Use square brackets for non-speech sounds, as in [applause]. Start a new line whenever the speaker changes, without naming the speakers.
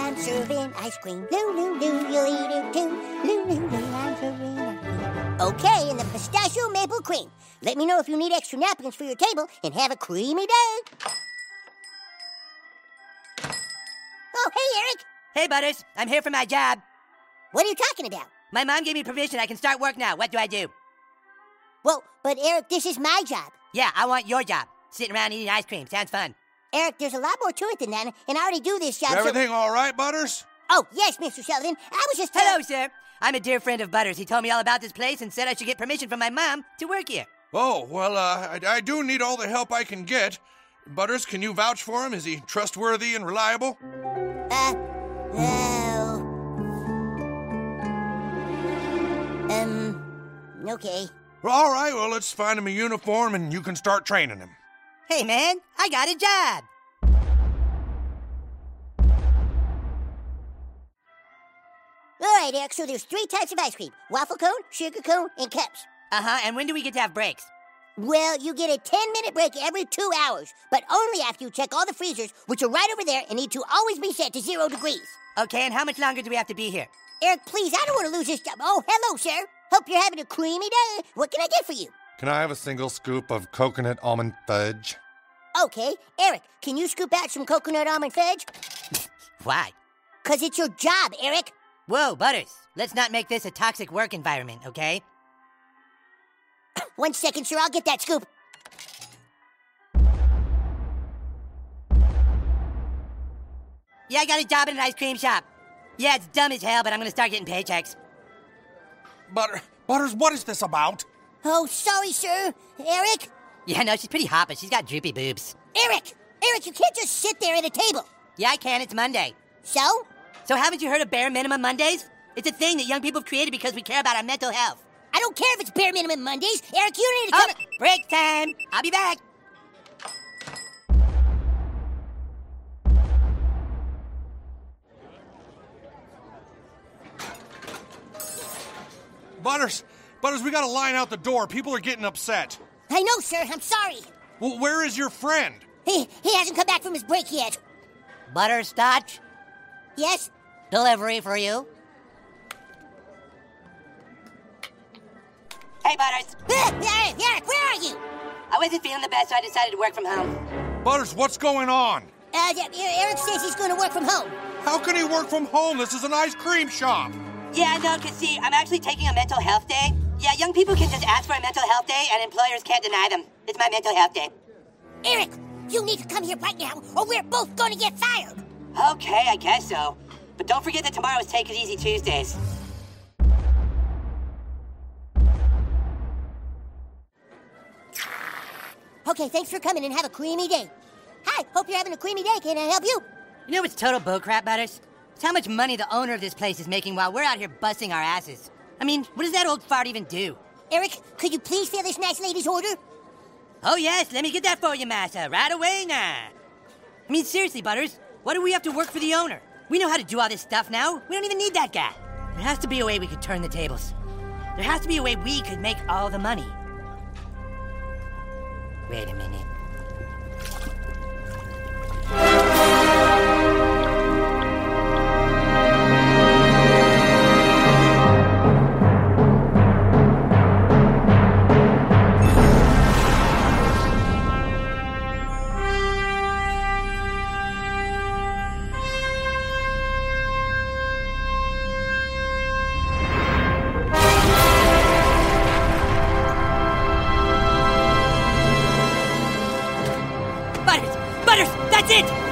and ice cream. Lou, Lou, Lou, you'll eat it too. Lou, Lou, Lou, I'm Serena. Okay, and the pistachio maple cream. Let me know if you need extra napkins for your table and have a creamy day. Oh, hey, Eric.
Hey, Butters. I'm here for my job.
What are you talking about?
My mom gave me permission. I can start work now. What do I do?
Well, but Eric, this is my job.
Yeah, I want your job. Sitting around eating ice cream. Sounds fun.
Eric, there's a lot more to it than that, and I already do this job.
Is
so-
Everything all right, Butters?
Oh, yes, Mr. Sheldon. I was just
Hello, sir. I'm a dear friend of Butters. He told me all about this place and said I should get permission from my mom to work here.
Oh, well, uh, I, I do need all the help I can get. Butters, can you vouch for him? Is he trustworthy and reliable?
Uh, no. Um, okay.
All right, well, let's find him a uniform and you can start training him.
Hey, man, I got a job.
All right, Eric, so there's three types of ice cream waffle cone, sugar cone, and cups.
Uh huh. And when do we get to have breaks?
Well, you get a 10 minute break every two hours, but only after you check all the freezers, which are right over there and need to always be set to zero degrees.
Okay, and how much longer do we have to be here?
Eric, please, I don't want to lose this job. Oh, hello, sir. Hope you're having a creamy day. What can I get for you?
Can I have a single scoop of coconut almond fudge?
Okay, Eric, can you scoop out some coconut almond fudge?
Why?
Because it's your job, Eric.
Whoa, Butters. Let's not make this a toxic work environment, okay?
One second, sir. I'll get that scoop.
Yeah, I got a job at an ice cream shop. Yeah, it's dumb as hell, but I'm gonna start getting paychecks. [laughs]
Butter, Butters, what is this about?
Oh, sorry, sir. Eric?
Yeah, no, she's pretty hot, but she's got droopy boobs.
Eric! Eric, you can't just sit there at a table.
Yeah, I can. It's Monday.
So?
So haven't you heard of bare minimum Mondays? It's a thing that young people have created because we care about our mental health.
I don't care if it's bare minimum Mondays. Eric, you need to
Oh,
come.
break time. I'll be back.
Butters, Butters, we gotta line out the door. People are getting upset.
I know, sir. I'm sorry.
Well, where is your friend?
He, he hasn't come back from his break yet.
Butterscotch
Yes? [laughs]
delivery for you. Hey, Butters.
Ah, Eric, Eric, where are you?
I wasn't feeling the best, so I decided to work from home.
Butters, what's going on?
Uh, yeah, Eric says he's going to work from home.
How can he work from home? This is an ice cream shop.
Yeah, no, cause see, I'm actually taking a mental health day. Yeah, young people can just ask for a mental health day, and employers can't deny them. It's my mental health day.
Eric, you need to come here right now, or we're both going to get fired.
Okay, I guess so. But don't forget that tomorrow is Take It Easy Tuesdays.
Okay, thanks for coming and have a creamy day. Hi, hope you're having a creamy day. Can I help you?
You know what's total bullcrap, Butters? It's how much money the owner of this place is making while we're out here busting our asses. I mean, what does that old fart even do?
Eric, could you please fill this nice lady's order?
Oh, yes, let me get that for you, Massa, right away now. I mean, seriously, Butters, why do we have to work for the owner? We know how to do all this stuff now. We don't even need that guy. There has to be a way we could turn the tables. There has to be a way we could make all the money. Wait a minute. Butters! Butters! That's it!